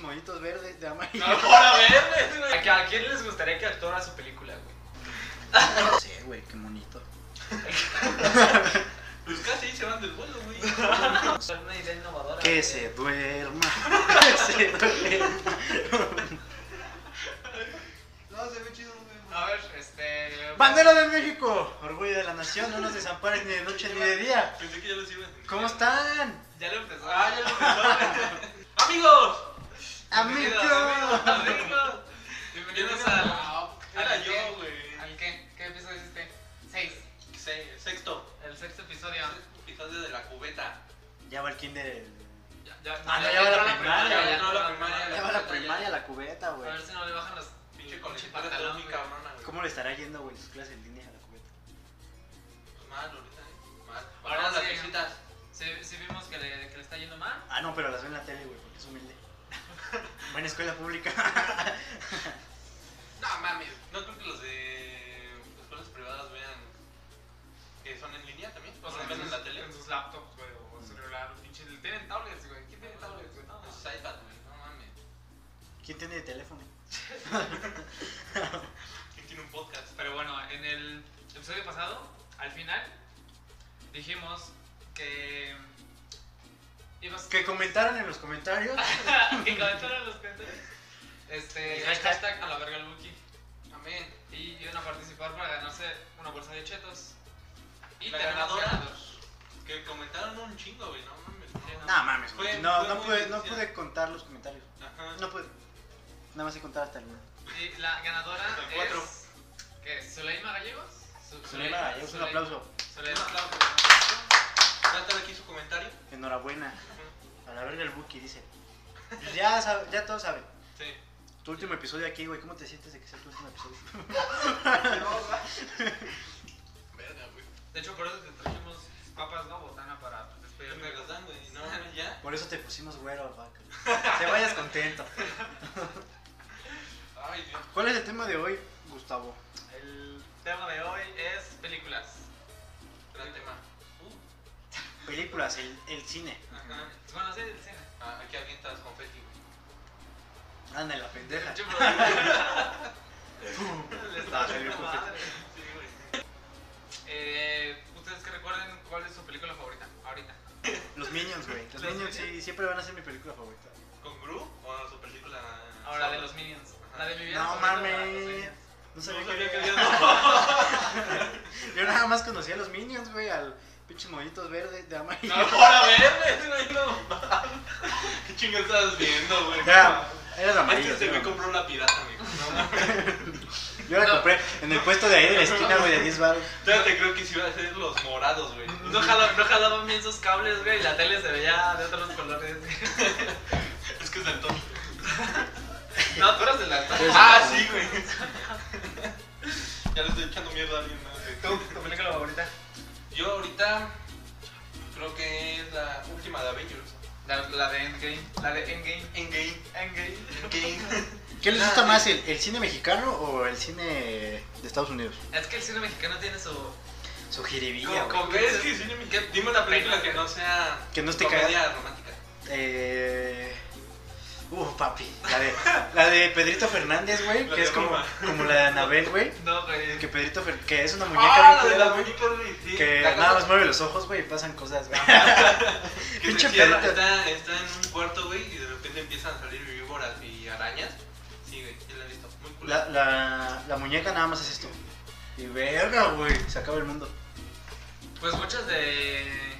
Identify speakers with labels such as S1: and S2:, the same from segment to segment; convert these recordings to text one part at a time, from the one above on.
S1: monitos verdes de amarillo.
S2: No, para verles, güey. ¿A qué- ¿A quién les gustaría que actuara su película, güey?
S1: No sé, güey, qué monito.
S3: Pues casi se van del vuelo, güey.
S2: Una idea innovadora. eh.
S1: Que
S2: güey.
S1: se duerma. Que se duerma.
S3: No, se ve chido, güey.
S2: A ver, este.
S1: Bandera de México. Orgullo de la nación. No nos desampares ni de noche ni de día.
S3: Ah, Pensé que ya los iban.
S1: ¿Cómo están?
S2: Ya lo empezó.
S3: Ah, ya lo empezó. güey. ¡Amigos!
S1: Amigo.
S2: Amigos. Bienvenidos
S3: Bienvenidos
S2: a
S3: a.
S2: la.
S3: Era
S2: ¿al
S3: yo,
S2: qué?
S3: güey.
S2: ¿Al qué? ¿Qué episodio es este? Seis.
S3: Se- Sexto.
S2: El sexto episodio.
S3: Episodio de la cubeta.
S1: Ya va el kinder.
S2: Ya, ya,
S1: Ah, no, ya va la
S2: entró
S1: primaria,
S3: ya entró la primaria.
S1: Ya va la primaria, la cubeta, güey.
S2: A ver si no le bajan los
S3: Pinche
S2: pinche
S3: colectora
S2: pantalón,
S3: muy
S2: güey.
S3: cabrona, güey.
S1: ¿Cómo le estará yendo, güey, sus clases en línea a la cubeta?
S3: Mal, ahorita, eh. Mal.
S2: Ahora
S3: Ahora las
S2: sí.
S3: visitas.
S2: Sí, sí vimos que le, que le está yendo mal.
S1: Ah, no, pero las ve en la tele, güey, porque es humilde. Va en escuela pública.
S3: No mames, no creo que los de escuelas privadas vean que son en línea también. O sea, ven en la tele.
S2: En sus laptops, güey, o celular, pinche. Tienen tablets, güey. ¿Quién tiene tablets, güey? No,
S3: En sus iPads, güey. No mames.
S1: ¿Quién tiene teléfono?
S3: ¿Quién tiene un podcast?
S2: Pero bueno, en el episodio pasado, al final, dijimos que. Ibas
S1: Que comentaran en los comentarios.
S2: que comentaran los comentarios. Este.
S1: El hashtag.
S2: Hashtag a la verga el Buki.
S3: Amén.
S2: Y iban a participar para ganarse una bolsa de chetos. Y
S3: La
S2: tenemos
S3: ganadora.
S2: ganador.
S3: Que comentaron un chingo, güey. No mames. No.
S1: No mames,
S3: Fue-
S1: güey. No,
S3: fue
S1: no
S3: muy
S1: pude, no
S3: difícil.
S1: pude contar los comentarios.
S3: Ajá.
S1: No pude. Nada más he contado hasta el uno.
S2: Y la ganadora
S3: Hasta el cuatro.
S2: es. ¿Qué? ¿Zuleima Gallegos? Su-
S1: Zulema, llevas un
S2: Zulema-
S1: aplauso.
S2: Zulema, aplauso.
S3: Va a estar aquí su comentario.
S1: Enhorabuena. A la verga el Buki, dice. Pues Ya, sab- ya todos saben.
S3: Sí.
S1: Tu último episodio aquí, güey. ¿Cómo te sientes de que sea tu último episodio?
S3: Verga, güey.
S2: De hecho, por eso te trajimos papas, ¿no? Botana para
S3: Pero
S2: despedirte.
S3: me las dan, güey. No mames, ya.
S1: Por eso te pusimos güero, vaca. Te vayas contento.
S3: Ay, Dios.
S1: ¿Cuál es el tema de hoy, Gustavo?
S2: El tema de hoy es películas.
S3: Gran tema.
S1: Películas, el, el cine.
S3: Ajá.
S2: Bueno, sí, el cine.
S3: Ah, aquí avientas confeti, güey.
S1: Anda, en la pendeja.
S2: Yo, pero-
S1: Le
S2: Les
S1: estaba
S2: estaba
S1: saliendo
S2: haciendo
S1: confeti.
S2: madre.
S3: Ah, Sí, güey.
S2: Eh, ¿Ustedes que recuerden cuál es su película favorita? Ahorita.
S1: Los Minions, güey. Los
S2: Los
S1: Minions
S2: Minions.
S1: sí, siempre van a ser mi película favorita.
S3: ¿Con Gru o su película?
S2: Ahora, la de los Minions. La de mi vida.
S1: No
S2: favorita para
S1: mames.
S2: los Minions.
S1: No
S3: No
S1: sabía
S3: sabía
S1: que
S3: que había-
S1: Yo nada más conocía a los Minions, güey, al pinche monitos verdes de amarillo.
S3: No, para verles, güey, no mames. ¿Qué chingas estabas viendo, güey?
S1: Ya, eran
S3: Este
S1: amarillos.
S3: se me
S1: eran
S3: compró una pirata, amigo. No mames.
S1: amarillos. Yo la compré en el puesto de ahí de la esquina, güey, de 10 baros.
S3: Todavía te creo que si iba a ser los morados, güey.
S2: No, jala- no jalaban bien sus cables, güey. y La tele se veía de otros colores.
S3: Es que es del top.
S2: No, tú eras de la
S3: Ah, sí, güey. Ya le estoy echando mierda a alguien, ¿no?
S2: ¿Tú? ¿Tu película favorita?
S3: Yo ahorita creo que es la última de Avengers.
S2: La, la de Endgame. La de Endgame.
S3: Endgame.
S2: Endgame.
S3: Endgame.
S1: ¿Qué les gusta más, el, el cine mexicano o el cine de Estados Unidos?
S2: Es que el cine mexicano tiene su.
S1: Su
S2: Como-
S1: jiribilla, güey.
S3: ¿Cómo que es que cine mexicano? Dime una película que no sea.
S1: Que no esté
S3: comedia romántica.
S1: Eh. Uh, papi. La de, la de Pedrito Fernández, güey,
S3: La
S1: que
S3: de
S1: es como,
S3: Roma.
S1: como la de Anabel, güey.
S2: No, güey.
S1: Que Pedrito Fer- que es una muñeca
S3: Ah, la
S1: bien
S3: de
S1: culera,
S3: la
S1: güey,
S3: muñeca, güey. sí.
S1: Que
S3: La
S1: nada
S3: cosa-
S1: más mueve los ojos, güey, y pasan cosas, güey.
S3: Que
S1: Pinche
S3: se cierra,
S1: perrito.
S3: está, está en un cuarto, güey, y de repente empiezan a salir víboras y arañas. Sí, güey, ya la he visto. Muy cool.
S1: La, la, la muñeca nada más es esto. Y verga, güey, se acaba el mundo.
S2: Pues muchas de.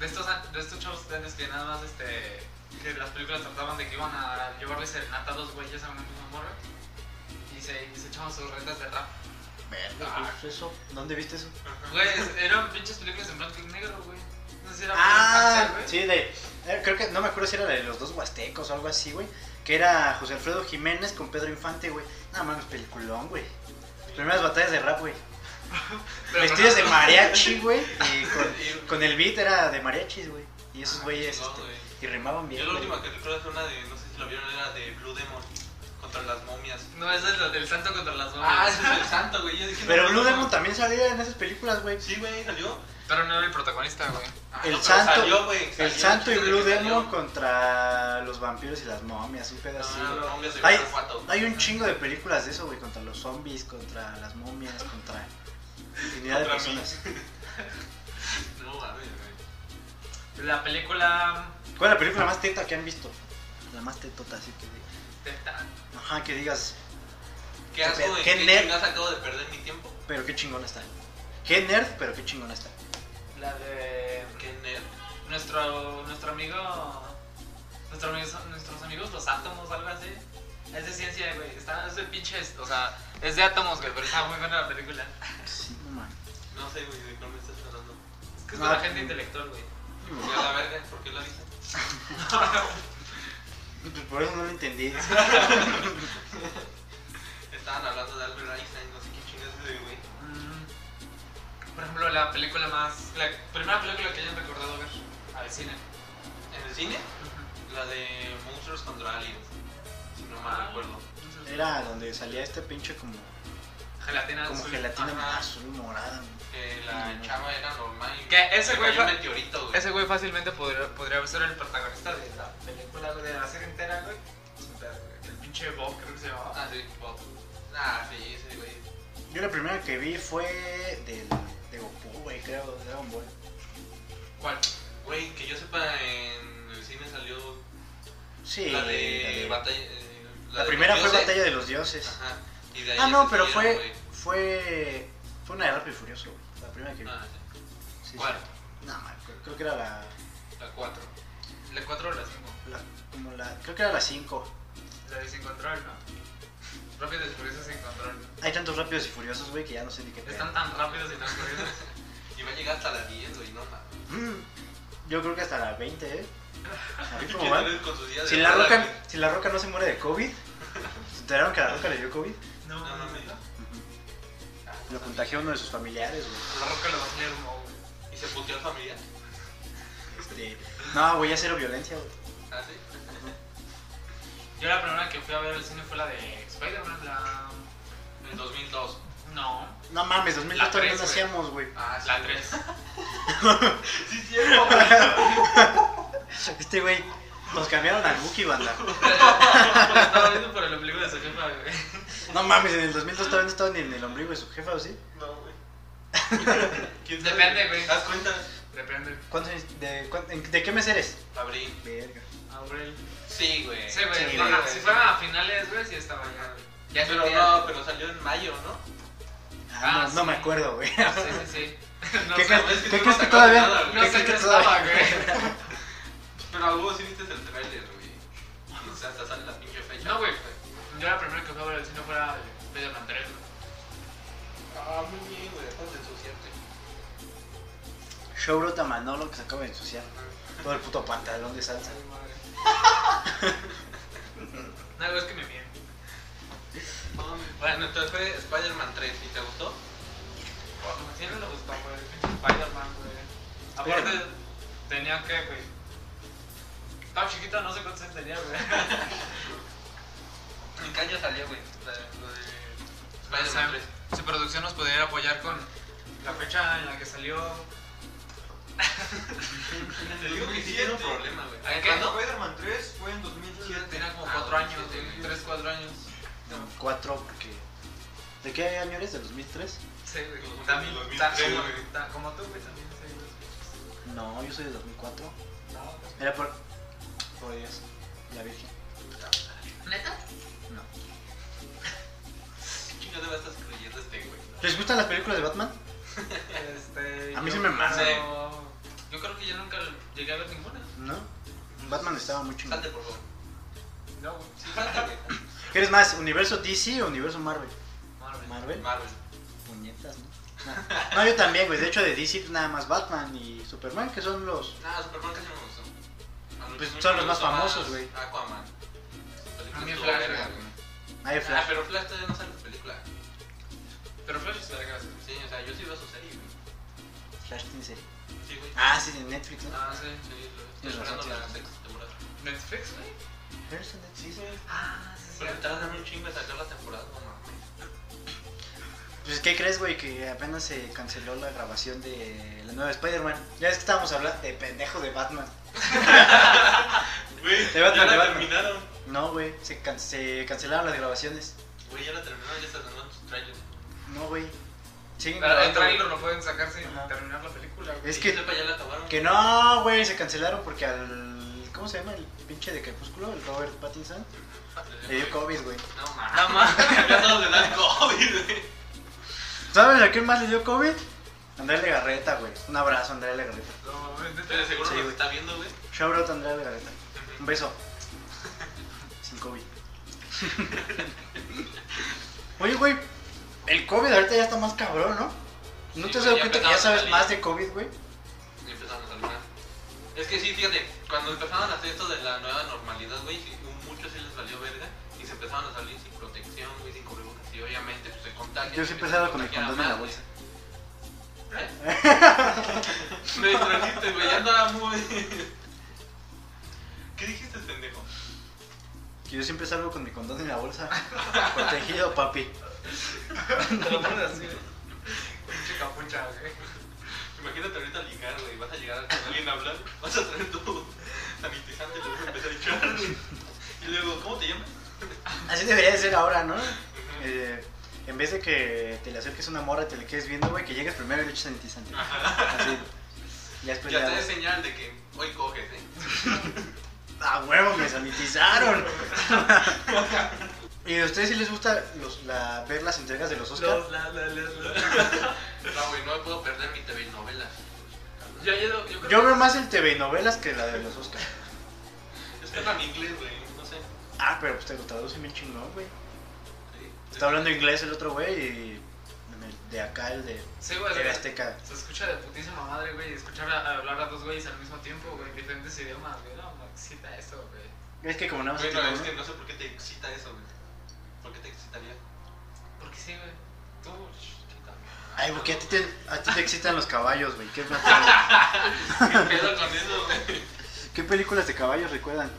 S2: De estos, de estos chavos grandes que nada más este. Que las películas trataban de que iban a llevarle serenata a dos güeyes a una misma morra. Y se, y se echaban sus rentas de rap.
S1: Verga,
S3: Ah.
S1: güey, ¿es eso? ¿Dónde viste eso?
S2: Güey, es- eran pinches películas en blanco y negro, güey. No sé si era
S1: Ah,
S2: Frank Zappa, güey.
S1: sí, de. eh, Creo que no me acuerdo si era la de los dos huastecos o algo así, güey. Que era José Alfredo Jiménez con Pedro Infante, güey. Nada mames, peliculón, güey. Primeras batallas de rap, güey.
S2: Pero
S1: Vestidos de
S2: no-
S1: mariachi, güey. Y con,
S3: Y-
S1: con el beat era de mariachis, güey. Y esos
S3: Ah,
S1: güeyes.
S3: no,
S1: este,
S3: güey.
S1: y rimaban bien.
S3: Yo la
S1: güey.
S3: última que recuerdo es una de, no sé si la vieron, era de Blue Demon. Con contra las momias.
S2: No, ese es el del santo contra las momias.
S3: Ah, ese es el santo, güey. Yo dije,
S1: Pero
S3: no,
S1: Blue
S3: no.
S1: Demon también salía en esas películas, güey.
S3: Sí, güey, salió.
S2: Pero no era el protagonista, güey.
S3: Ah,
S1: El
S3: no, pero
S1: santo-
S3: salió, güey,
S1: El
S3: salió,
S1: Santo y
S3: desde
S1: Blue
S3: que salió.
S1: Demon contra los vampiros y las momias, un
S3: No,
S1: pedazo.
S3: Ah, no,
S1: güey.
S3: no, momias de
S1: Ay,
S3: Guanajuato.
S1: Hay un chingo de películas de eso, güey, contra los zombies, contra las momias, contra infinidad de
S3: Contra mí.
S1: personas.
S3: No, mames, güey.
S2: La película.
S1: ¿Cuál es la película más teta que han visto? La más tetota, así que digas.
S2: Teta.
S1: Ajá, que digas,
S3: ¿Qué asco,
S1: Pero,
S3: güey?
S1: ¿qué
S3: ¿Qué
S1: nerd?
S3: chingas acabo de perder mi tiempo?
S1: pero qué chingona está. Qué nerd, pero qué chingona está.
S2: La de.
S3: ¿Qué nerd?
S2: Nuestro, nuestro amigo. Nuestro, amigo- nuestros amigos los átomos, algo así. Es de ciencia, güey. Está, es de pinches. O sea, es de átomos, güey. Pero está muy buena la película.
S1: Sí, no mames.
S3: No sé, güey, de cuál me estás hablando.
S2: Es que es
S1: Ah,
S2: para gente
S1: sí.
S2: intelectual, güey.
S3: Y a la verga, ¿por qué la viste?
S1: Pues por eso no lo entendí.
S3: Estaban hablando de Albert Einstein, no sé qué chingas de güey.
S2: Mm, Por ejemplo, la película más. La primera película que hayan recordado ver al cine.
S3: ¿En el cine? La de Monstruos contra Aliens. Si no mal recuerdo.
S1: Era donde salía este pinche como,
S2: Gelatina
S1: como
S2: azul.
S1: gelatina
S3: Ah, Ajá.
S1: azul morada. güey.
S3: Que la
S1: Mm.
S3: chava era normal. y-
S2: Que ese
S3: le
S2: güey
S3: cayó un
S2: fa-
S3: meteorito, güey.
S2: Ese güey fácilmente podría, podría ser el protagonista de la película, güey, de la serie entera, güey. Sin pedo, güey. El pinche Bob, creo que se llamaba.
S3: Ah, sí, Bob. Ah, sí, ese güey.
S1: Yo la primera que vi fue del, de Goku, güey, creo, de Dragon Ball.
S2: ¿Cuál?
S3: Güey, que yo sepa, en el cine salió
S1: Sí.
S3: la
S1: la
S3: de
S1: de-
S3: Batalla. eh,
S1: La,
S3: de
S1: primera
S3: los
S1: fue
S3: dioses.
S1: Batalla de los Dioses.
S3: Ajá. Y de ahí
S1: Ah,
S3: ya
S1: no,
S3: se
S1: pero
S3: siguieron,
S1: fue,
S3: güey.
S1: fue, fue una de Rápido y Furioso, güey. La primera que vi.
S3: Ah, sí.
S1: Sí, sí.
S3: ¿Cuál?
S1: No, man, creo- creo que era la,
S3: La 4.
S2: ¿La 4 o la 5?
S1: la- como la, creo que era la 5.
S2: La de Sin Control, no. Rápidos y Furiosos Sin Control.
S1: Hay tantos Rápidos y Furiosos, güey, que ya no sé ni qué pedo.
S2: Están tan rápidos y tan furiosos.
S3: Y va a llegar hasta la 10, güey, no mames.
S1: Mm, Yo creo que hasta la 20, ¿eh? Así como
S3: Que
S1: van.
S3: salen con sus días de
S1: Si la,
S3: prueba,
S1: roca,
S3: güey.
S1: si la roca no se muere de COVID, ¿se enteraron que la roca le dio COVID?
S2: No,
S3: No, no, no.
S1: Ujú.
S3: Ah,
S1: Lo contagió uno de sus familiares, güey.
S2: La roca lo va a leer humo, güey.
S3: ¿Y se puteó al familiar?
S1: Este, no, güey, ya cero violencia, güey.
S3: Ah, sí.
S2: Yo la primera que fui a ver al cine fue la de Spider-Man, la...
S3: En el 2002.
S2: No,
S1: No mames, 2002
S2: La
S1: todavía no
S2: tres, güey.
S1: hacíamos, güey.
S3: Ah,
S2: la 3.
S3: Sí, cierto, güey.
S1: Este güey, nos cambiaron al Buki, banda.
S2: Estaba viendo por el ombligo de su jefa, güey.
S1: No mames, en el 2002 todavía no estaba ni en el ombligo de su jefa, ¿o sí?
S3: No, güey.
S2: Depende, güey.
S3: ¿Te das cuenta?
S2: Depende.
S1: ¿Cuántos años- de, cuán- en- ¿De qué mes eres?
S3: Abril.
S1: Verga.
S2: Aurel.
S3: Sí, güey.
S2: Sí, güey.
S1: Sí,
S2: no,
S1: güey.
S2: Si fueran a finales, güey, sí estaba ya. güey. Ya
S3: Pero
S2: sentía-
S3: no, pero salió en mayo, ¿no?
S1: Ah,
S2: Ah,
S1: no, no
S2: sí.
S1: me acuerdo, güey.
S2: Sí, sí, sí. No
S1: ¿Qué
S2: sé,
S1: crees
S3: es que
S1: qué
S3: tú
S1: crees
S3: no
S1: que
S3: sacabas
S1: todavía?
S3: nada, güey.
S1: ¿Qué
S2: no sé
S1: crees
S2: qué
S1: que
S2: estaba,
S1: todavía?
S2: güey.
S3: Pero a huevo sí viste el trailer, güey. Y hasta sale la pinche fecha.
S2: No, güey. pues, Yo la primera que fui a ver al cine fue la de Spider-Man 3, güey.
S3: Ah, muy bien, güey. Acabas de ensuciarte.
S1: Showroot a Manolo que se acaba de ensuciar. Todo el puto pantalón de salsa.
S2: No, güey, es que me mienten.
S3: Bueno, entonces fue Spider-Man 3. ¿Y te gustó?
S2: Bueno, sí no le gustó, güey. Pinche Spider-Man, güey. Aparte, tenía que, güey. Estaba chiquito, no sé cuántos años tenía, güey.
S3: ¿En qué año salió, güey? La- Lo de
S2: O sea,
S3: Spider-Man 3.
S2: Si producción nos pudiera apoyar con la fecha en la que salió.
S3: Te digo que sí era un problema, güey.
S2: ¿A qué?
S3: ¿Cuándo?
S4: Spider-Man 3 fue en 2007.
S2: Tenía como
S3: Ah,
S2: 4 años,
S3: sí, sí.
S2: 3, 4 años.
S1: No, cuatro, porque. ¿De qué año eres? ¿De 2003?
S2: Sí, güey.
S3: Como
S2: También,
S3: como
S2: ta-
S3: 2003,
S2: como,
S3: güey.
S2: ta- como tú, güey, también. sí, güey.
S1: No, yo soy de 2004.
S2: No, pues,
S1: Era por. Por Dios. La Virgen.
S2: ¿Neta?
S1: No.
S3: ¿Qué chingada me estás creyendo este, güey?
S1: ¿Les gustan las películas de Batman?
S2: Este,
S1: A mí
S2: yo
S1: sí me mama.
S2: creo- Yo creo que yo nunca llegué a ver ninguna.
S1: No. Batman estaba muy chingón.
S3: Salte, por favor.
S2: No, güey.
S3: Sí, salte, güey.
S1: ¿Qué eres más? ¿Universo DC o universo Marvel?
S2: Marvel.
S1: Marvel.
S3: Marvel.
S1: Puñetas, ¿no? No, no, yo también, güey. De hecho, de DC nada más Batman y Superman, que son los.
S3: Ah, Superman casi no me gustó. A
S1: Pues
S3: únicos
S1: son los
S3: que me
S1: más
S3: gustó
S1: famosos, güey.
S3: Aquaman.
S2: A mí
S3: Estuvo
S2: Flash,
S3: verga,
S2: güey.
S3: güey.
S1: Hay
S3: Ah,
S1: Flash.
S3: pero Flash todavía no sale en película.
S2: Pero Flash es vergas, güey.
S3: Sí, o sea, yo sí veo su serie, güey.
S1: Flash tiene serie.
S3: Sí, güey.
S1: Ah, sí, de Netflix, ¿no?
S2: Ah, sí.
S3: Sí, lo-
S1: Tienes
S3: estoy esperando
S1: razón,
S3: la
S1: tienes
S3: sexta temporada.
S2: Netflix, güey.
S1: Person that
S3: Sí,
S1: sees.
S3: güey.
S2: Ah, sí, sí.
S3: Pero tardan un chingo en sacar la temporada, no mames.
S1: Pues, ¿qué crees, güey? Que apenas se canceló la grabación de la nueva Spider-Man. Ya es que estábamos hablando de pendejos de Batman.
S3: Güey,
S1: Te va a
S3: ya
S1: te va
S3: la
S1: a-
S3: terminaron.
S1: No, güey, se, can- se cancelaron las grabaciones.
S3: Güey, ya la terminaron, ya se terminaron sus trailers.
S1: No, güey. Siguen
S2: Pero el
S1: grabando, güey.
S2: trailer lo pueden sacar sin
S1: Ajá.
S2: terminar la película. güey.
S1: Es
S3: Y
S1: que-
S3: yo sepa, ya la acabaron.
S1: Que no, güey, se cancelaron porque al... ¿Cómo se llama el pinche de Crepúsculo? El Robert Pattinson. Le dio COVID, güey.
S2: No mames.
S3: Nada más, empezamos de dar COVID, güey.
S1: ¿Sabes a quién más le dio COVID? Andrea Legarreta, güey. Un abrazo, Andrea Legarreta.
S2: No mames. neta.
S3: Pero seguro
S1: Sí,
S3: nos
S1: güey.
S3: está viendo, güey.
S1: Shout out a Andrea Legarreta. Un beso. Sin COVID. Oye, güey, el COVID ahorita ya está más cabrón, ¿no? ¿No
S3: Sí,
S1: te has
S3: güey,
S1: dado
S3: ya
S1: cuenta que ya
S3: empezamos a
S1: sabes
S3: salir.
S1: más de COVID, güey?
S3: Y empezamos a hablar. Es que sí, fíjate, cuando empezaron a hacer esto de la nueva normalidad, güey, sí, muchos sí les valió verga y se empezaron a salir sin protección, güey, sin cubrebocas y obviamente pues, se contagian.
S1: Yo
S3: se
S1: siempre he
S3: empiezan a
S1: estado con el
S3: contagiar a
S1: condón en la
S3: más,
S1: bolsa.
S3: güey. ¿Eh? Me distrajiste, güey, ya andaba muy... ¿Qué dijiste, pendejo?
S1: Que yo siempre salgo con mi condón en la bolsa. Protegido, papi.
S2: Te lo pones así, güey. Pinche capucha, güey.
S3: Imagínate ahorita ligar, güey, vas a llegar con alguien a hablar, vas a traer tu sanitizante y le vas a empezar a echar, güey. Y luego, ¿cómo te llamas?
S1: Así debería de ser ahora, ¿no? Eh, en vez de que te le acerques una morra y te le quedes viendo, güey, que llegues primero y le eches sanitizante. Así. Y después
S3: Ya
S1: ya.
S3: te señal de que hoy coges, ¿eh?
S1: ¡Ah, huevo! ¡Me sanitizaron! ¿Y a ustedes sí les gusta los- la- ver las entregas de los Oscars?
S2: Los, la, la, la, la.
S3: No, güey, no me puedo perder mi telenovela.
S2: Yo, yo, yo creo
S1: Yo veo más el TV novelas que la de los Oscars.
S3: Es que hablan inglés, güey, no sé.
S1: Ah, pero pues te lo traducen bien chingón, güey. Está hablando inglés el otro güey y. en el De acá, el de
S2: Sí, güey.
S1: TV
S2: güey.
S1: Azteca.
S2: Se escucha de putísima madre, güey. y Escuchar a- hablar a dos güeyes al mismo tiempo, güey. En diferentes idiomas, güey. No, me excita eso, güey.
S1: Es que como nada más
S3: Bueno,
S1: tiene
S3: es
S1: uno-
S3: que no sé por qué te excita eso, güey. ¿Por qué te excitaría?
S2: Porque sí, güey. Tú.
S1: Ay, porque a ti te, a ti te excitan los caballos, güey. ¿Qué, es más que-
S3: ¿Qué pedo con eso, güey?
S1: ¿Qué películas de caballos recuerdan?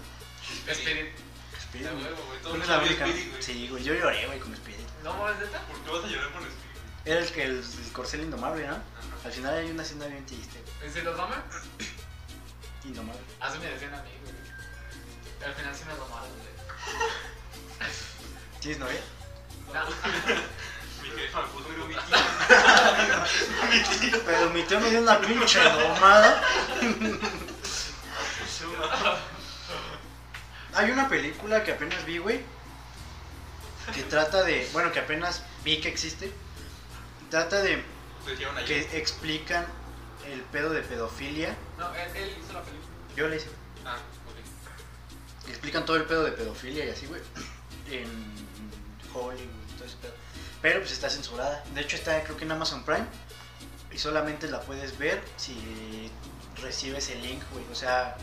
S2: Spirit.
S1: Spirit.
S3: Ya, güey, güey, todo
S1: Creo que es
S3: el
S1: la
S3: mundo
S1: única.
S3: es Speedy, güey.
S1: Sí, güey, yo lloré, güey, con Spirit.
S2: ¿No mames neta?
S3: ¿Por qué vas a llorar por Speedy? güey?
S1: Era el, que- el, el corcel indomable, ¿no?
S3: Ajá.
S1: Al final hay una escena bien triste, güey.
S2: ¿Y si los mames?
S1: Indomable.
S2: Así me decían a mí, güey. Al final sí me lo mames, güey.
S1: ¿Tienes novia?
S2: No.
S3: Mi jefa me puso un poquito.
S1: Pero mi tío me dio una pinche domada. Hay una película que apenas vi, güey. Que trata de. Bueno, que apenas vi que existe. Trata de.
S3: Ustedes llevan
S1: Que
S3: ahí.
S1: explican el pedo de pedofilia.
S2: No, él, él hizo la película.
S1: Yo le hice.
S3: Ah, ok.
S1: que explican todo el pedo de pedofilia y así, güey. En Hollywood, todo ese pedo. Pero pues está censurada. De hecho está creo que en Amazon Prime. Y solamente la puedes ver si recibes el link, güey. O sea,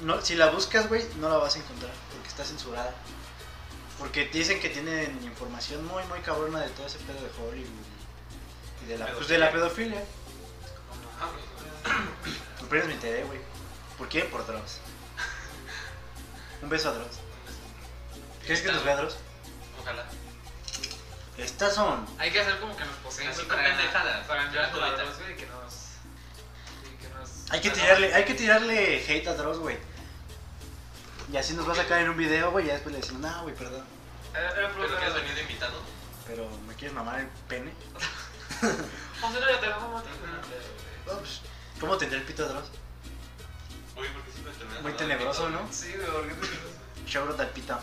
S1: no, si la buscas, güey, no la vas a encontrar porque está censurada. Porque dicen que tienen información muy, muy cabrona de todo ese pedo de Hollywood. y- Y de la, pues, de la pedofilia.
S3: No mames, Ah, güey.
S1: Apenas me enteré, güey. ¿Por qué? Por Dross. Un beso a Dross. ¿Crees que nos vea Dross?
S3: Ojalá.
S1: Estas son.
S2: Hay que hacer como que nos poseen.
S3: Así
S2: güey,
S3: con
S2: para-
S3: pendejadas,
S2: Para entrar a
S3: con la
S2: todos, güey, que nos. y que nos-
S1: Hay que
S2: Ah, no.
S1: tirarle, hay que tirarle hate a Dross, güey. Y así nos va a sacar en un video, güey, y ya después le decimos, no, güey, perdón.
S2: Era- Eh, era
S3: ¿Pero
S2: problema.
S3: quieres venir de invitado?
S1: Pero me quieres mamar el pene.
S2: José, no, Pues, ya te vamos a matar, güey. Eh,
S1: No, pues, ¿Cómo tendrá el pito Dross?
S3: Güey, porque siempre terminas
S1: Muy
S3: hablando de
S1: tenebroso,
S3: Ah, pito,
S1: ¿no?
S2: Sí, güey, ¿por qué te
S1: Shout out al pito.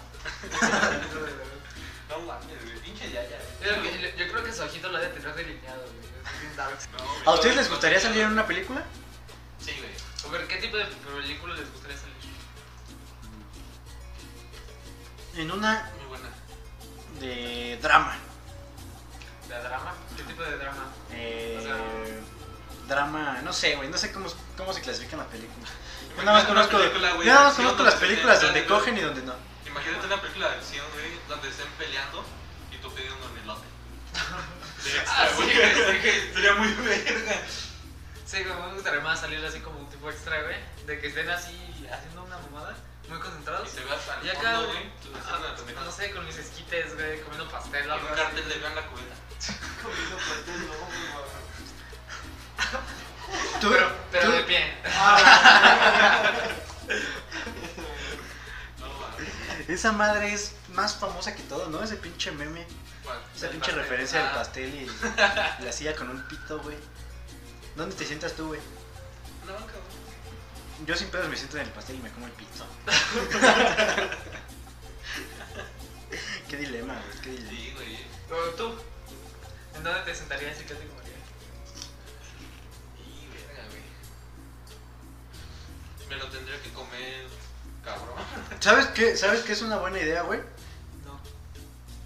S3: No mames, güey. Pinche yaya, güey.
S2: Yo creo que- Yo creo que su ojito lo ha de tener delineado, güey. Es bien dark.
S3: No, güey.
S1: ¿A ustedes les gustaría salir en una película?
S3: Sí, güey.
S2: A ver, ¿qué tipo de película les gustaría salir?
S1: En una
S3: Muy buena.
S1: de drama.
S2: ¿De drama? ¿Qué tipo de drama?
S1: Eh,
S2: O sea-
S1: drama, no sé, güey, no sé cómo, cómo se clasifican las películas. Yo nada más
S3: Una
S1: conozco,
S3: película,
S1: yo
S3: güey,
S1: nada más
S3: de acción
S1: conozco
S3: donde
S1: las
S3: se
S1: películas
S3: pelean,
S1: donde
S3: güey.
S1: cogen y donde no.
S3: Imagínate una película de acción, güey, donde estén peleando y tú pidiendo un elote. De extra,
S2: Ah, sí,
S3: güey.
S2: güey, sí.
S3: Sería muy verga.
S2: Sí, güey, me gustaría más salir así como un tipo extra, güey. De que estén así haciendo una mamada muy concentrados.
S3: Y se ve hasta el
S2: Y acá,
S3: fondo,
S2: güey,
S3: güey. Tú ves
S2: ah,
S3: una pendejada.
S2: no sé, con mis esquites, güey, comiendo pastel.
S3: Y un
S2: algo así.
S3: cartel de vean la cubeta.
S4: Comiendo pastel, no, güey, va.
S1: Tú,
S2: Pero, pero
S1: tú-
S2: de pie.
S3: No, mames.
S1: Esa madre es más famosa que todo, ¿no? Ese pinche meme,
S3: Bueno,
S1: esa
S2: Del
S1: pinche
S2: pastel.
S1: referencia del
S2: Ah.
S1: pastel y, y la silla con un pito, güey. ¿Dónde te sientas tú, güey?
S3: Una banca, güey.
S1: Yo sin pedos me siento en el pastel y me como el pito. qué dilema, güey, qué dilema.
S3: Sí, güey.
S2: Pero tú, ¿en dónde te sentarías y qué te comerías?
S3: Y verga, güey. Me lo tendría que comer, cabrón.
S1: ¿Sabes qué? ¿Sabes qué es una buena idea, güey?
S2: No.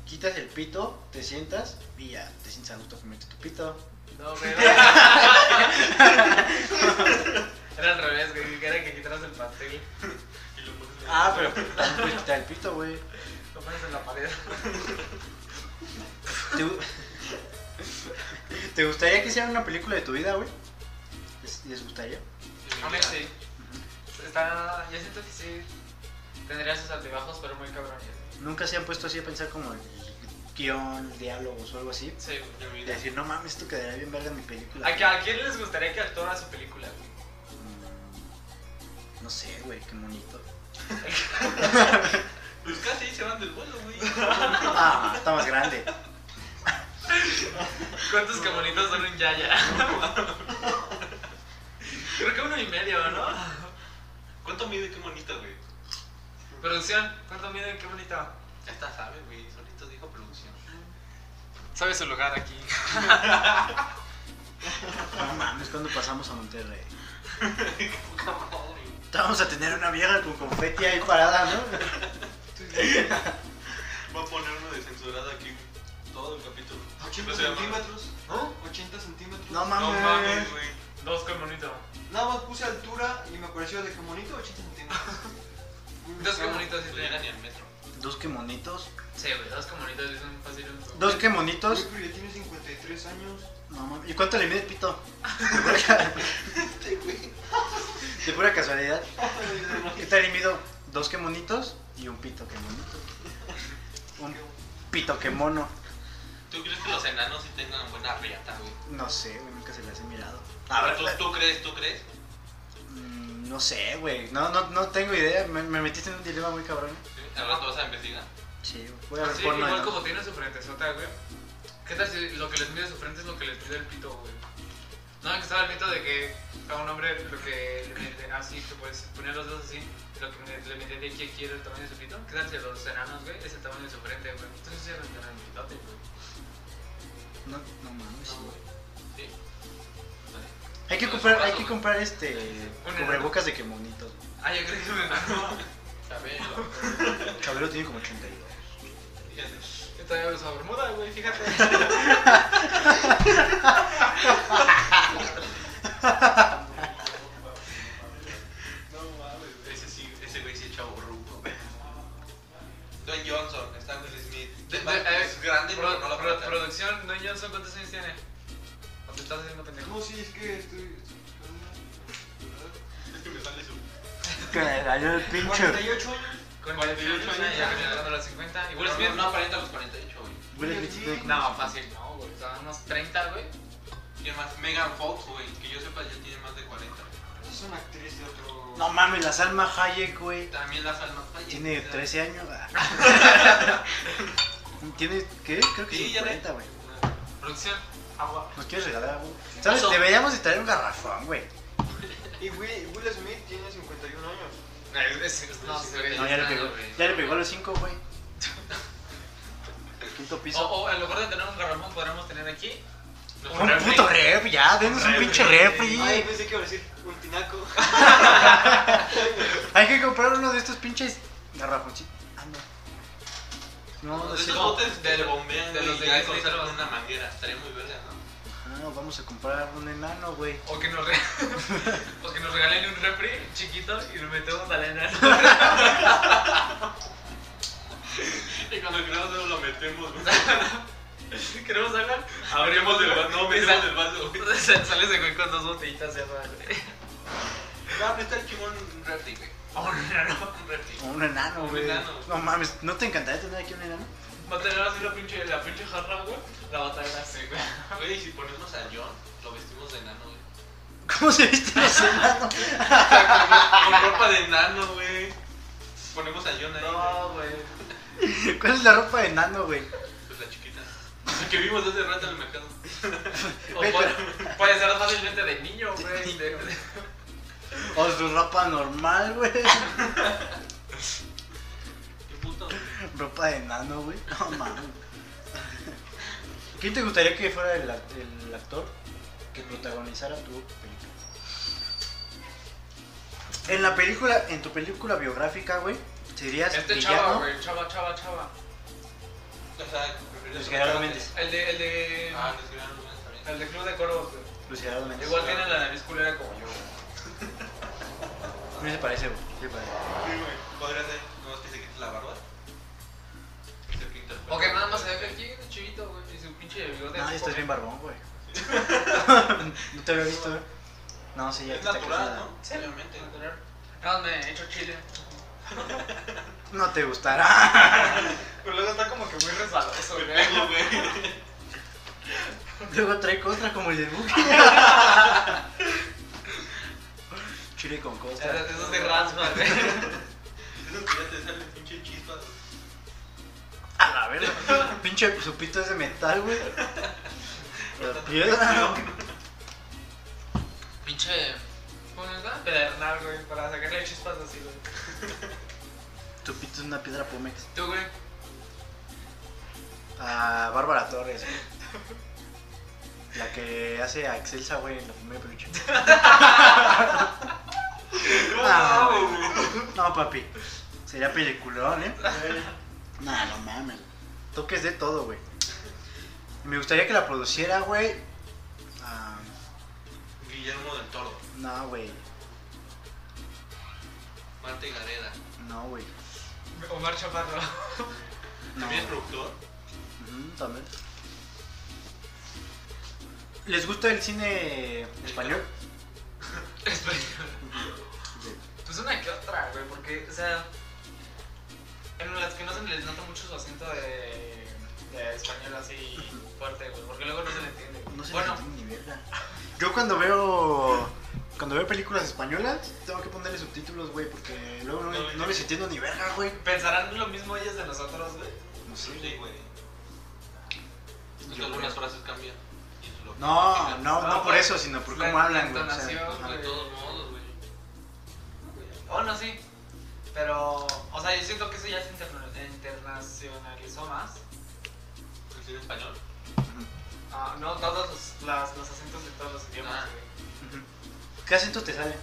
S1: Quitas el pito, te sientas y ya, te sientes a gusto comerte tu pito.
S2: No, güey. Era al revés, güey, que era que quitaras el pastel.
S3: Y lo pones en la-
S1: Ah, pero también puedes quitar el pito, güey.
S2: Lo pones en la pared.
S1: ¿Te, gu- ¿Te gustaría que hicieran una película de tu vida, güey? ¿Les, les gustaría?
S3: en
S2: A mí
S3: la-
S2: Ah, sí. Está, yo siento que sí. Tendría sus altibajos, pero muy cabrones.
S1: Nunca se han puesto así a pensar como el guión, diálogos o algo así.
S2: Sí, güey.
S3: en mi
S1: Y
S3: vida.
S1: decir, no mames, esto quedaría bien verga en mi película.
S2: ¿A, qué- a quién les gustaría que actuara su película, güey?
S1: Mm, No sé, güey, qué bonito.
S3: Pues casi ahí se van del vuelo, güey.
S1: Ah, está más grande.
S2: ¿Cuántos camonitos son un yaya? Creo que uno y medio, ¿no?
S3: ¿Cuánto mide qué bonita, güey?
S2: Producción, ¿cuánto miden? Qué bonito.
S3: Ya está, sabe, güey. Solito dijo producción.
S2: Sabe su lugar aquí.
S1: No mames, cuando pasamos a Monterrey.
S3: Qué poca madre.
S1: Vamos a tener una vieja con confeti ahí parada, ¿no?
S3: Va a poner uno de censurado aquí, güey. Todo el capítulo.
S4: 80
S3: No se llama.
S4: centímetros.
S2: ¿No?
S4: 80 centímetros.
S1: No
S3: No
S1: Ah, mames.
S3: mames, güey.
S2: Dos camonitos.
S4: Nada más puse altura y me pareció de que bonito 80 centímetros.
S2: Dos camonitos, sí.
S3: No llega ni al metro.
S1: Dos que monitos.
S2: Sí, güey, dos camonitos es un fácil. un-
S1: Dos que
S4: Güey,
S1: monitos.
S4: pero ya tiene 53 años.
S1: No mames. ¿Y cuánto le mide el pito? De pura ca- De pura casualidad. ¿Qué tal y mido? Dos que monitos y un pito que monito. Un pito que mono.
S3: ¿Tú crees que los enanos sí tengan buena riata, güey?
S1: No sé, güey, nunca se las he mirado.
S3: Ahora, ¿tú, tú crees, tú crees?
S1: Mm, No sé, güey. No, no, no tengo idea. Me, me metiste en un dilema muy cabrón.
S3: Sí. Ahora tú vas a investigar.
S1: Sí, güey. voy a ver
S2: Sí,
S1: porno.
S2: igual
S1: de
S2: como tiene su frente sota, güey. ¿Qué tal si lo que les mide su frente es lo que les mide el pito, güey? No, que estaba el mito de que a un hombre lo que le mide así, que puedes poner los dedos así, lo que me- le mide de aquí a aquí era el tamaño de su pito. ¿Qué tal si a los enanos, güey, es el tamaño de su frente, güey? Entonces se rentan el pitote, güey.
S1: No, no mames.
S3: No,
S1: sí.
S3: güey. Sí. Vale.
S1: Hay que
S3: No, es
S1: comprar,
S3: un
S1: hay
S3: vaso,
S1: que comprar este cubrebocas de que monitos. güey.
S2: Ah, yo creo que me ganó.
S3: Chabelo.
S1: Chabelo tiene como 82.
S3: Fíjate.
S2: Yo todavía uso bermuda, güey, fíjate.
S3: Ese sí, ese güey sí es chavo ruco. Don Johnson, Stan Smith. es grande,
S2: eh, Pro-
S3: pero no la
S2: pro-
S3: plata.
S2: Producción, Don Johnson, ¿cuántos años tiene? ¿O te estás haciendo pendejo?
S4: No, sí, es que estoy. estoy-
S3: Es que me sale su.
S1: Cayó el pinche.
S4: 48 años.
S2: Con
S3: 48
S2: 48 años,
S3: años,
S2: ya
S3: ya.
S2: casi llegando a los 50. Igual
S3: Pero
S2: es bien.
S3: no, no aparenta los 48, güey.
S1: Will Smith tiene como
S2: No,
S1: 50.
S2: fácil, no, güey. O sea, unos 30, güey.
S3: ¿Quién más? Megan Fox, güey. Que yo sepa ya tiene más de 40.
S4: Es una actriz de otro.
S1: No mames, la Salma Hayek, güey.
S3: También la Salma Hayek.
S1: Tiene
S3: Ya.
S1: 13 años. Tiene, ¿qué? Creo que
S3: Sí, ya
S1: 50, güey.
S2: Producción, agua.
S1: Nos quieres regalar algo. ¿Sabes?
S3: Oso.
S1: Deberíamos de traer un garrafón, güey.
S4: Y Will, Will Smith tiene 51 años.
S2: No, se ve
S1: No, ya le pegó.
S2: extraño, güey.
S1: Ya le pegó a los 5, güey. Quinto
S2: O,
S1: piso.
S2: o en lugar de tener un garrafón, podríamos tener aquí.
S1: Oh, Un puto ref, ya, denos un
S2: Refri.
S1: pinche refri.
S4: Ay, pensé que iba a decir un tinaco.
S1: Hay que comprar uno de estos pinches garrafoncitos. Ah, no. No,
S3: No,
S1: no
S3: de
S1: sé.
S3: Pues esos
S2: como-
S3: botes de bombean,
S2: de
S3: güey,
S2: los de
S3: ya
S2: diez
S3: con
S2: litros.
S3: solo una manguera. Estaría muy verga, ¿no?
S1: Ah, vamos a comprar un enano, güey.
S2: O que, nos re- o que nos regalen un refri chiquito y lo metemos a la enana.
S3: Y cuando queramos lo metemos, güey.
S2: ¿Queremos agua?
S3: Abrimos el vaso, no, metemos el vaso, güey.
S2: Sales de güey con dos botellitas de agua, güey.
S3: Ah, Va a prestar chingón un refri, güey.
S2: O un enano.
S3: Un reptil.
S1: O un enano,
S3: Un
S1: güey.
S3: enano.
S1: No mames, ¿no te encantaría tener aquí un enano?
S2: Va a tener así la pinche, la pinche jarra, güey. La va a traer así, güey.
S3: Güey, si ponemos a John, lo vestimos de enano, güey.
S1: ¿Cómo se viste los enanos?
S3: Con con ropa de enano, güey. Ponemos a John ahí. güey.
S2: No, güey.
S1: ¿Cuál es la ropa de enano, güey?
S3: Pues la chiquita. La que vimos hace rato en el mercado.
S2: O
S1: Vete.
S2: puede, puede ser fácilmente de niño, güey. de- de-
S1: O su ropa normal, güey.
S3: Qué puto.
S1: Ropa de enano, güey. No mames. ¿Quién te gustaría que fuera el, act- el actor que protagonizara tu película? En la película, en tu película biográfica, güey, serías
S2: Este chava,
S1: villano.
S2: güey. Chava, chava, chava.
S3: O sea, preferiría
S1: Luis
S3: ser
S1: Gerardo
S3: un
S1: Méndez.
S2: El de, el de,
S3: Ah, Luis Gerardo Méndez también.
S2: el de Club de Coros, güey.
S1: Luis Gerardo Méndez.
S2: Igual tiene la nariz culera como yo, güey.
S1: No se parece, güey. sí se parece.
S3: Sí, güey. Podría ser, nomás que se quite la barba. Se pinta el pelo.
S2: O que nada más se ve aquí de chivito, güey. Y su pinche bigote.
S1: No,
S2: así
S1: ya estás bien
S2: como-
S1: barbón, güey. no te había visto, güey. No, sí, ya
S3: Es
S1: te está
S3: natural,
S1: creciendo.
S3: ¿no?
S2: Sí,
S3: Obviamente.
S2: natural. Nada más me he hecho chile.
S1: No te gustará.
S2: Pero luego está como que muy resbaloso, güey.
S3: Pendejo, güey.
S1: Luego trae otra como el del buque. Chile con costa.
S2: Eso se raspa, güey.
S3: Esos que ya te salen pinche chispas.
S1: A la verga. Pinche su pito es de metal, güey. La piedra.
S2: Pinche. ¿Cómo se llama? Pedernal, güey. Para sacarle chispas así, güey.
S1: Tu pito es una piedra Pumex.
S2: Tú, güey.
S1: A Bárbara Torres, güey. La que hace a Excelsa, güey, en la primera peluche. Ah, No, papi. Sería peliculón, ¿eh? Nah, no mames. Toques de todo, güey. Me gustaría que la produciera, güey. Ah,
S3: Guillermo del Toro.
S1: no, güey.
S3: Marta y Gareda.
S1: No, güey.
S2: Omar Chaparro.
S1: No.
S3: También es productor.
S1: Ujú, también. ¿Les gusta el cine español?
S2: Español. Pues una que otra, güey, porque, o sea, en las que no se les nota mucho su acento de, de español así fuerte, güey, porque luego no se le entiende.
S1: No sé
S2: bueno,
S1: ni verga. Yo cuando veo cuando veo películas españolas tengo que ponerle subtítulos, güey, porque luego no, no les entiendo ni verga, güey.
S2: pensarán lo mismo ellos de nosotros, güey.
S1: No sé.
S3: Sí, güey. Es que
S1: Yo
S3: algunas
S1: creo.
S3: frases cambian. y eso es lo que
S1: No,
S3: significa.
S1: no, no por eso, sino por
S2: pues, La-
S1: cómo hablan,
S2: la
S1: güey. o sea,
S2: entonación,
S1: ajá.
S3: De todos modos, güey. Pues,
S2: Oh, no, sí. Pero, o sea, yo siento que eso ya se interna- internacionalizó más.
S3: ¿El cine español?
S2: Ah, no, todos los, las- los acentos de todos los idiomas,
S3: Ah.
S2: güey.
S1: Ujú. ¿Qué acentos te salen?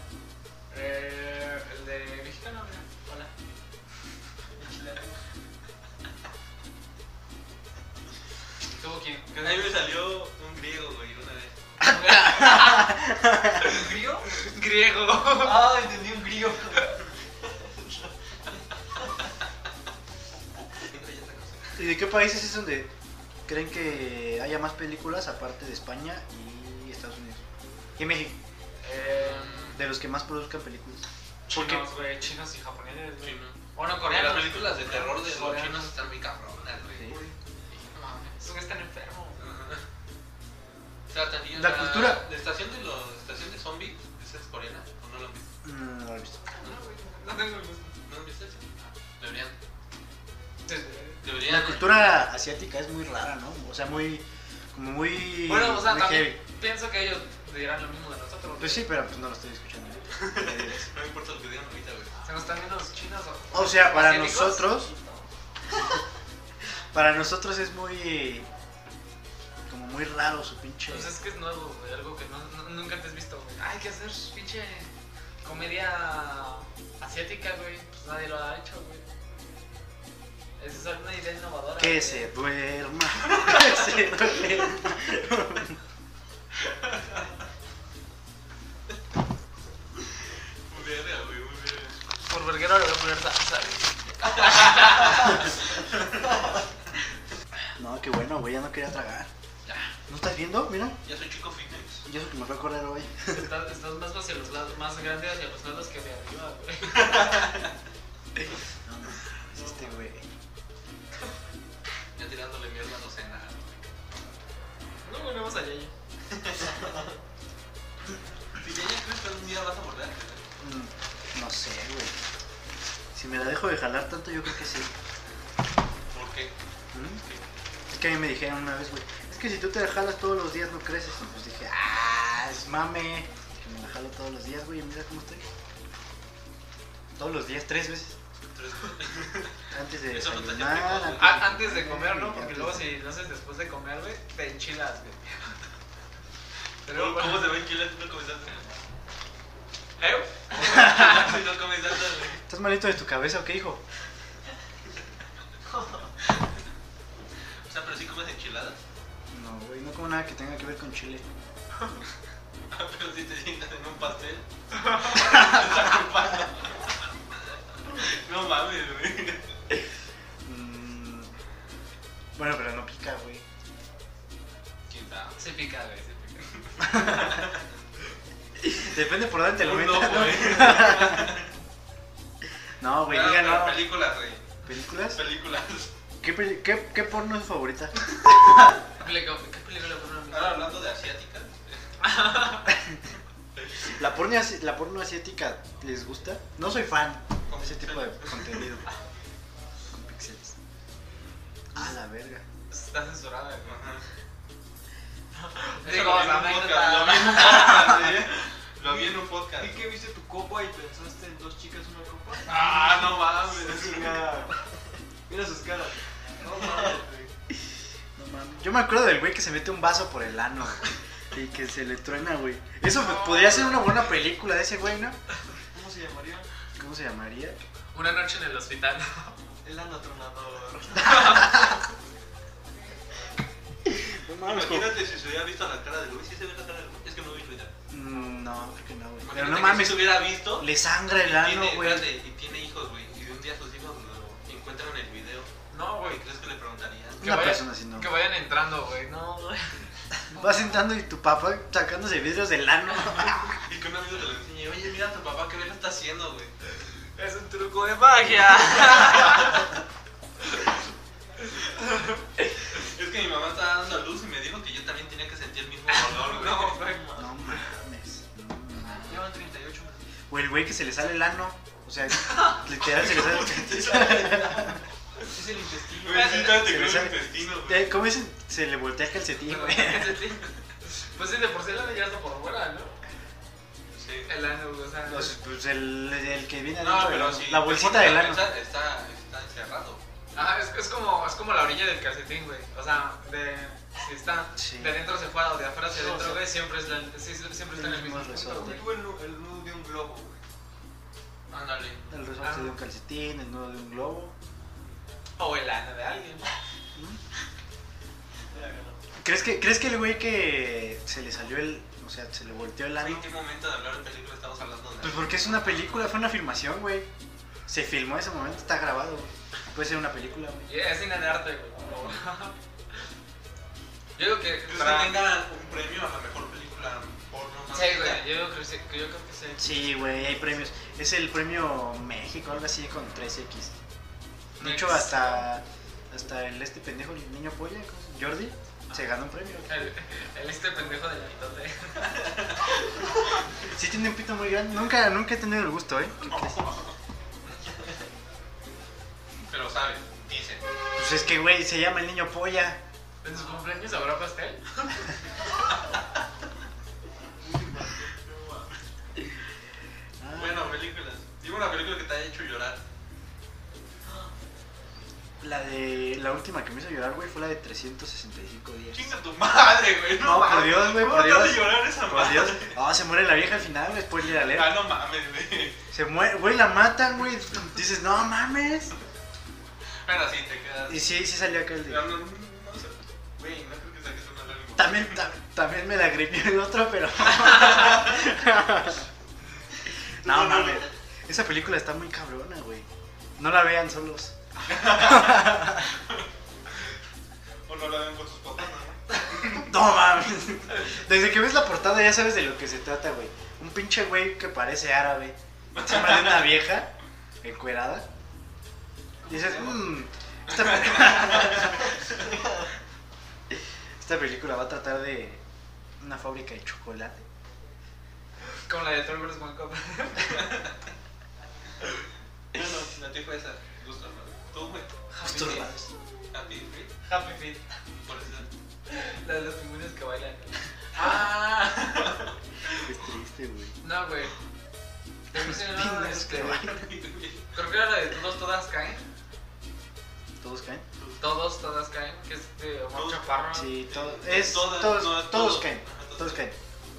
S2: Eh, el de mexicano, mira. Hola. ¿Tuvo quién?
S3: A mí me salió un griego, güey, una vez.
S2: ¿Un griego? Griego. Ah, entendí un griego.
S3: Siempre ya sacas el-
S1: ¿Y de qué países es donde creen que haya más películas aparte de España y Estados Unidos? Y México,
S2: Eh,
S1: de los que más produzcan películas. ¿Por qué?
S2: chinos, güey. Chinos y japoneses, güey.
S3: Chino.
S2: Bueno,
S3: Oye,
S2: coreanos.
S3: Las películas de terror de los
S2: Coreanos.
S3: chinos están bien cabronas, güey.
S1: Sí.
S2: No mames, Esos güeyes están enfermos.
S3: Ajá. O sea, también
S1: La cultura.
S3: La estación de los, la estación de zombies, esa es coreana, ¿o no la han visto?
S1: Mm, no lo he visto.
S2: No, güey. No tengo el gusto.
S3: ¿No han visto esa? Deberían,
S2: Desde-
S3: deberían.
S1: La cultura asiática es muy rara, ¿no? O sea, muy. como muy.
S2: Bueno, o sea,
S1: muy
S2: también
S1: heavy.
S2: pienso que ellos dirán lo mismo de nosotros.
S1: Pues sí, pero pues no lo estoy escuchando. ¿eh?
S3: No me importa lo que digan ahorita, güey.
S2: Se nos están viendo los chinos o
S1: O sea, para
S2: asiáticos.
S1: nosotros. Para nosotros es muy. como muy raro su pinche.
S2: Pues es que es nuevo, güey, algo que no, no- nunca antes visto, güey. Hay que hacer pinche comedia asiática, güey. Pues nadie lo ha hecho, güey. Esa es una idea innovadora.
S1: Que
S2: güey.
S1: se duerma. Que se duerma.
S3: Muy verga, güey, muy verga.
S2: Por verguero le voy a poner salsa, güey.
S1: No, qué bueno, güey, ya no quería tragar. ¿No estás viendo? Mira.
S3: Ya soy chico fitness.
S1: Y eso que me fue a correr hoy.
S2: Estás, estás más hacia los lados, más grande hacia los lados que de arriba, güey.
S1: No, no, es este güey.
S3: Yo tirándole mierda a docena.
S2: No, güey, no vas allá.
S3: Si ya ya crees que algún día vas a morder, ¿verdad?
S1: Mm, No sé, güey. Si me la dejo de jalar tanto, yo creo que sí.
S3: ¿por qué?
S1: ¿Mm? Es que a mí me dijeron una vez, güey, es que si tú te la jalas todos los días no creces. Y pues dije, ah, es mame. Que me la jalo todos los días, güey, y mira cómo estoy. Todos los días, tres veces. Antes de
S3: Eso no te hace
S1: desayunar,
S3: precoz,
S1: antes,
S2: Ah, antes de comer,
S1: y
S2: ¿no? Porque
S1: antes
S2: luego
S1: de-
S2: si lo haces después de comer, güey, te enchilas, güey. Pero
S3: Pero,
S2: bueno,
S3: ¿Cómo se ven kilos si no comes salsa? ¿Eh? si no comes salsa, güey.
S1: ¿Estás malito de tu cabeza o qué, hijo?
S3: O sea, pero sí comes enchiladas.
S1: No, güey, no como nada que tenga que ver con chile.
S3: Ah, pero si te sientas en un pastel. Estás culpando. no mames, güey.
S1: Mm, Bueno, pero no pica, güey.
S3: ¿Quién sabe?
S2: se pica, güey, se pica.
S1: Depende por dónde te lo
S3: Un
S1: metas.
S3: lobo,
S1: ¿no?
S3: eh.
S1: No, güey,
S3: Claro,
S1: diga
S3: pero
S1: no.
S3: Películas, güey.
S1: ¿Películas?
S3: Películas.
S1: ¿Qué, peli- qué, ¿Qué porno es su favorita?
S2: ¿Qué película qué película fueron a mí?
S3: Ahora hablando de asiáticas.
S1: ¿La porno, asi- ¿La porno asiática les gusta? No soy fan de ese tipo de contenido. Con pixeles. Ah, la verga.
S2: Está censurada, güey.
S3: Ajá. Eso
S2: Digo,
S3: lo vi en
S2: la
S3: un podcast,
S2: anécdota.
S3: lo vi en un podcast, güey. Lo vi en un podcast.
S4: ¿Y que viste tu copa y pensaste en dos chicas una copa?
S3: Ah, no
S4: Sí,
S3: mames.
S4: mira, mira sus caras.
S3: No mames, güey.
S1: No mames. Yo me acuerdo del güey que se mete un vaso por el ano. güey, Y que se le truena, güey. Eso pues, podría ser una buena película de ese güey, ¿no?
S4: ¿Cómo se llamaría?
S1: ¿Cómo se llamaría?
S2: Una noche en el hospital.
S4: El anatronador.
S1: No mames, como-
S3: Imagínate si se hubiera visto la cara de Luis. ¿Sí se ve la cara de Luis? Es que no vi Twitter.
S1: Mm, No, creo que no, güey. Pero
S3: Imagínate
S1: no
S3: que
S1: mames,
S3: Si se hubiera visto.
S1: le sangra el ano,
S3: tiene,
S1: güey.
S3: espérate, y tiene hijos, güey. Y un día sus hijos lo encuentran en el video.
S2: No,
S3: Güey,
S2: güey.
S3: ¿crees que le preguntarían?
S2: que
S1: Una
S2: vaya-
S1: persona así, no.
S2: Que vayan entrando, güey. No, güey.
S1: Vas sentando y tu papá sacándose vidrios del ano.
S3: Y que un amigo te lo enseñe. Oye, mira a tu papá, que bien lo está haciendo, güey.
S2: Es un truco de magia.
S3: Es que mi mamá estaba dando a luz y me dijo que yo también tenía que sentir el mismo dolor, güey.
S2: No, güey.
S1: No mames. no mames.
S4: Llevan 38 minutos.
S1: O el güey que se le sale el ano. O sea, literal se le sale.
S4: Es el intestino.
S3: Güey, sí, todavía te
S1: Se le
S3: creo el
S1: sale-
S3: intestino, güey.
S1: Eh, ¿Cómo dicen? Se le voltea el calcetín, güey.
S2: Pues sí, de por sí la ya está por fuera, ¿no?
S3: Sí.
S2: El ano, güey, o sea.
S1: Los- pues el, el que viene
S3: No,
S1: adentro del
S3: pero
S1: ano.
S3: sí.
S1: La bolsita del ano.
S3: Está, está, está encerrado.
S2: Ajá, es, es, como, es como la orilla del calcetín, güey. O sea, de, si está
S1: Sí.
S2: de dentro hacia afuera o de afuera hacia
S4: Sí, o
S2: adentro,
S4: sea,
S2: güey, siempre, es la, sí, siempre está en el mismo
S1: mismo
S2: punto,
S1: resorte.
S2: güey.
S4: Tuve el, nu- el nudo de un globo, güey.
S3: Ándale.
S1: El
S3: Ah.
S1: resorte de un calcetín, el nudo de un globo.
S2: O el ano de alguien.
S1: ¿Mm?
S4: Ya ganó.
S1: ¿Crees que, ¿Crees que el güey que se le salió el. O sea, se le volteó el
S3: Güey,
S1: ano?
S3: ¿qué momento de hablar de película estamos hablando de?
S1: Pues porque es una película, fue una filmación, güey. Se filmó ese momento, está grabado, güey. Puede ser una película, güey.
S2: Y es cine de arte, güey. por favor. Yo digo que.
S3: ¿Crees que
S2: para-
S3: tenga un premio a la mejor película porno más
S2: Sí,
S3: vista?
S2: güey. Yo, digo que sí, que yo creo que sí.
S1: Sí, güey, hay premios. Es el premio México, algo así, con 3X. De hecho,
S2: Mex.
S1: hasta, hasta el este pendejo, el niño polla, ¿cómo se llama? Jordi, se ganó un premio.
S2: El, el este pendejo del mitote.
S1: Sí tiene un pito muy grande. Nunca, nunca he tenido el gusto, ¿eh? ¿Qué crees?
S3: Pero sabe, dicen.
S1: Pues es que, güey, se llama el niño polla.
S2: ¿En su cumpleaños habrá pastel?
S1: Ah,
S3: Bueno, películas. Dime una película que te haya hecho llorar.
S1: La de la última que me hizo llorar, güey, fue la de 365 días.
S3: Chinga tu madre, güey.
S1: No, por
S3: mames.
S1: Dios, güey,
S3: ¿Cómo
S1: por
S3: te hace
S1: Dios.
S3: llorar esa
S1: Por
S3: madre?
S1: Dios. Ah, se muere la vieja al final, güey, spoiler alert.
S3: Ah, no mames, güey.
S1: Se muere, güey, la matan, güey. Dices, no mames.
S3: Pero sí, te quedas.
S1: Y sí, sí salió acá el de.
S3: No, no, no, sé. Güey, no creo que saques una lágrima.
S1: También, ta- también me la gripió el otro, pero. no mames. Esa película está muy cabrona, güey. No la vean solos.
S3: O no la ven con sus papás, ¿no?
S1: No mames. Desde que ves la portada ya sabes de lo que se trata, güey. Un pinche güey que parece árabe. Encima de una vieja encuerada. Y dices, mmm. Esta, pe- Esta película va a tratar de una fábrica de chocolate.
S2: Como la de Trollers One Cup.
S3: Bueno, la tuya fue esa. Gusto, ¿no? Tú, güey.
S1: Justo,
S3: Happy
S1: hermano.
S3: Feet. Happy Feet.
S2: Happy Feet.
S3: Por eso.
S2: La de los pingüinos que bailan.
S3: Ah.
S1: Es triste, güey.
S2: No, güey. Te mencionaba
S1: Pingüinos que
S2: este.
S1: bailan.
S2: Creo que era la de Todos, Todas Caen.
S1: ¿Todos caen?
S2: Todos, Todas Caen. Que es este Omar
S3: Todos-
S2: Chaparro.
S1: Sí, todos. Es,
S3: Todas,
S1: todos,
S3: no,
S1: todos,
S3: todos.
S1: caen.
S3: Ajá,
S1: Todos
S3: todos.
S1: caen.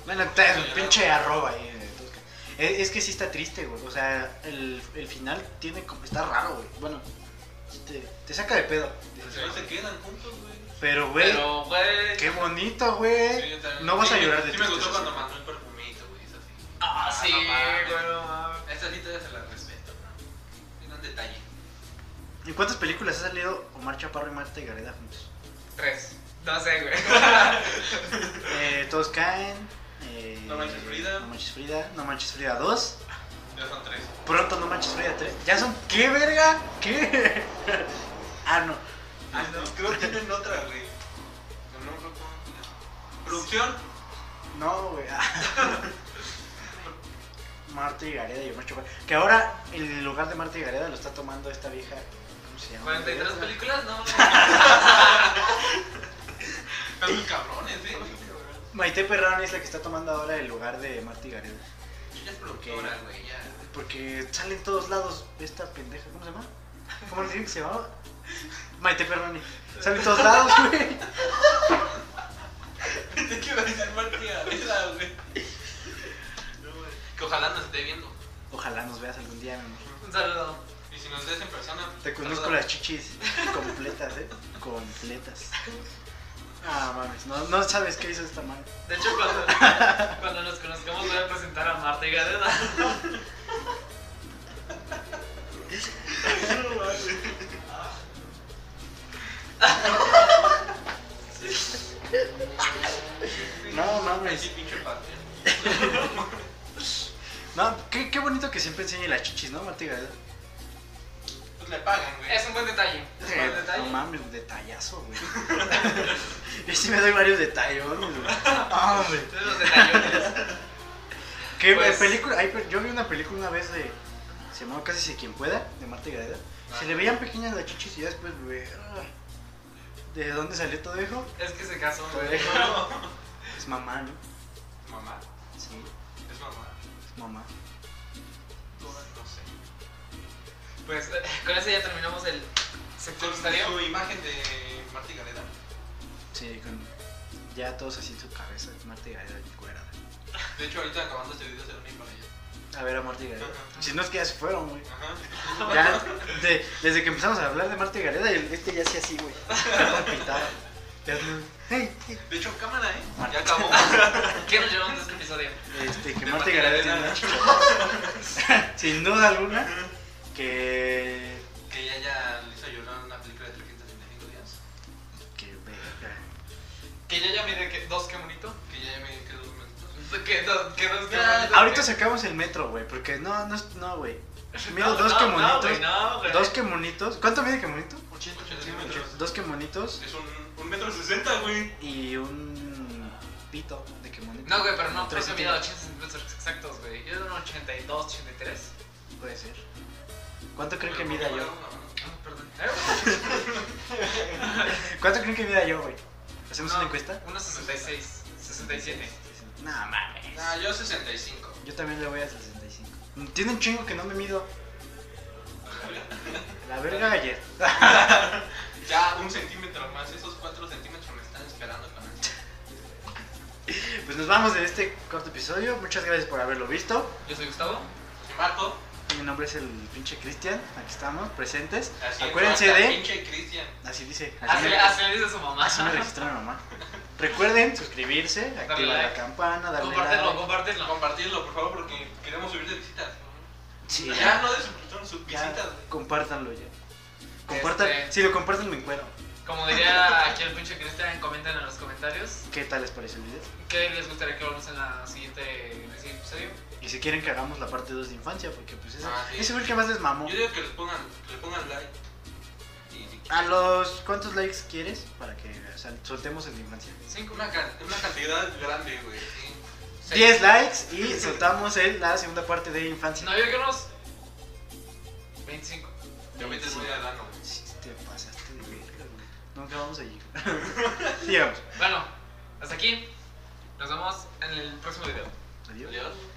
S1: Bueno, está
S3: Todos
S1: un pinche arroba ahí. eh, todos caen. Es, es que sí está triste, güey. O sea, el, el final tiene como. Está raro, güey. Bueno, sí te, te saca de pedo.
S3: Pues si no se quedan juntos, güey.
S1: Pero, güey,
S2: Pero, güey.
S1: qué bonito, güey.
S3: Sí, yo también.
S1: Eh, no vas
S3: Sí,
S1: a
S3: me-
S1: llorar de
S3: Sí, me gustó
S1: tristeza.
S3: cuando mandó el perfumito, güey. Es así.
S2: Ah, sí,
S3: no mames.
S2: güey. no mames.
S3: Esta sí todavía se la respeto, ¿no? Era un detalle.
S1: ¿En cuántas películas ha salido Omar Chaparro y Marta y Gareda juntos?
S2: Tres. No sé, güey.
S1: Eh, todos caen. eh,
S3: No Manches Frida.
S1: No manches Frida. No manches Frida 2.
S3: Ya son tres.
S1: Pronto no manches Frida 3. ¿Ya son qué verga? ¿Qué? ah, no.
S3: Ah, no, creo que tienen otra, güey. No, no, creo que- Producción.
S1: No, güey. Marta y Gareda y Omar Chaparro. Que ahora el lugar de Marta y Gareda lo está tomando esta vieja. ¿Cómo se llama?
S2: 43 películas, no.
S3: Están muy cabrones, ¿eh? güey.
S1: Maite Perrón es la que está tomando ahora el lugar de Marta y Gareda.
S3: Ella es productora, güey, ya.
S1: Porque sale en todos lados esta pendeja, ¿cómo se llama? ¿Cómo le dicen que se llamaba? Maite Perroni. Sale en todos lados, güey.
S3: Pensé que iba a decir Martía, esa, güey. No, güey. Que ojalá nos esté viendo.
S1: Ojalá nos veas algún día, mi amor.
S2: Un saludo.
S3: Y si nos ves en persona,
S1: Te conozco las chichis completas, ¿eh? Completas. Ah, mames, no, no sabes qué hizo esta madre.
S2: De hecho, cuando, cuando nos conozcamos, voy a presentar a Marta y Gareda.
S1: No
S3: Ay,
S1: mames.
S3: sí, pinche pastel.
S1: No, qué, qué bonito que siempre enseñe las chichis, ¿no, Marta y Gareda?
S3: Pues le pagan, güey.
S2: Es un buen detalle. Es un buen
S1: Eh, No
S2: detalle.
S1: mames, un detallazo, güey. Yo sí me doy varios detallones, güey. Ah, güey.
S2: Entonces, los detallones.
S1: ¿Qué
S2: Pues-
S1: película? hay pe- yo vi una película una vez de. Se llamaba Casi si quien pueda, de Marta y Gareda. Se le veían pequeñas las chichis y ya después, güey. ah, ¿De dónde salió todo eso?
S2: Es que se casó,
S1: Todo
S2: güey.
S1: eso. Es mamá, ¿no?
S3: Mamá,
S1: Sí,
S3: es mamá.
S1: es mamá.
S3: Todas, no sé.
S2: Pues eh, con eso ya terminamos el sector estadio.
S3: Su imagen de Marta y Gareda.
S1: Sí, con. Ya todos así en su cabeza, Marta y Gareda encuerada.
S3: De hecho, ahorita acabando este video se van a ir para allá.
S1: A ver a Marta y Gareda. Si no es que ya se fueron, güey.
S3: Ajá.
S1: Ya, de- desde que empezamos a hablar de Marta y Gareda, el- este ya hacía así, güey. Ya palpitaba. Ya no- Hey, hey.
S3: De hecho, cámara, ¿eh?
S1: Marta.
S3: Ya acabó.
S2: ¿Qué nos llevamos de este episodio?
S1: Este, que
S3: De
S1: Marta
S3: Marta
S1: y
S3: y
S1: Gareda
S3: Gareda.
S1: tiene una chica. Sin duda alguna, que.
S3: que ella ya le hizo llorar una película de 365 días.
S1: Que verga.
S2: Que yo ya miré que dos, qué bonito.
S3: Que ya me quedó un momento.
S2: Que dos, Ah, que dos, qué
S3: Ya,
S2: bonito.
S1: Ahorita sacamos el metro, güey, porque no, no, es- no, güey. Mira,
S2: No,
S1: dos
S2: no,
S1: que
S2: no, güey,
S1: monitos.
S2: No, güey.
S1: Dos que monitos. ¿Cuánto mide que monito?
S4: 80
S3: 80
S4: centímetros.
S3: centímetros.
S1: Dos que monitos
S3: Es un, un metro sesenta, güey.
S1: y un pito de que monito.
S2: No, güey, pero no creo
S1: Tres
S2: que mida
S1: centímetros.
S2: 80 centímetros exactos, güey. Yo era un 82, 83.
S1: Puede ser. ¿Cuánto creen que mida yo?
S2: Ah, perdón.
S1: ¿Cuánto creen que mida yo, güey? ¿Hacemos una
S2: No,
S1: encuesta?
S2: 1.66, 67.
S1: No mames.
S3: Ah, yo 65.
S1: Yo también le voy a 65. Tiene un chingo que no me mido. La verga ayer.
S3: Ya un centímetro más. Esos cuatro centímetros me están esperando con ansia.
S1: Pues nos vamos de este corto episodio. Muchas gracias por haberlo visto.
S2: Yo soy Gustavo.
S3: Y Pues, Marco,
S1: Mi nombre es el pinche Cristian. Aquí estamos, presentes.
S3: así
S1: Acuérdense
S3: entró hasta
S1: de-
S3: Pinche Cristian.
S1: Así dice. Así,
S2: Así,
S1: me,
S2: así le dice su mamá.
S1: así me registró mi mamá. Recuerden suscribirse, activar la
S2: like.
S1: campana, darle
S2: Compártelo,
S1: like.
S2: compártelo.
S3: Compartirlo, por favor, porque queremos subir de visitas.
S1: Sí,
S3: Ya
S1: ya,
S3: no de suscriptores, sus
S1: ya,
S3: visitas, güey.
S1: compártanlo ya. Compartan,
S2: Este-
S1: Si lo comparten me encuero.
S2: Como diría aquí el pinche Cristian, comenten en los comentarios
S1: ¿Qué tal les pareció el video?
S2: qué les gustaría que hablemos en, la siguiente, en el siguiente episodio.
S1: Y si quieren que hagamos la parte 2 de infancia, porque pues ese,
S3: Ah, sí.
S1: ese fue el que más les mamó.
S3: Yo digo que les pongan, que les pongan like. Y si
S1: ¿A los cuántos likes quieres para que sal- soltemos el de infancia?
S2: Cinco,
S3: una, can- una cantidad grande, güey. sí.
S1: 10 likes y soltamos el, la segunda parte de infancia.
S2: No, yo creo que unos 25.
S3: Yo me metes muy al ano, güey.
S1: Sí, Te pasaste de verga, güey. Nunca vamos a llegar. Digamos,
S2: Bueno, hasta aquí. Nos vemos en el próximo video.
S1: adiós.
S3: Adiós.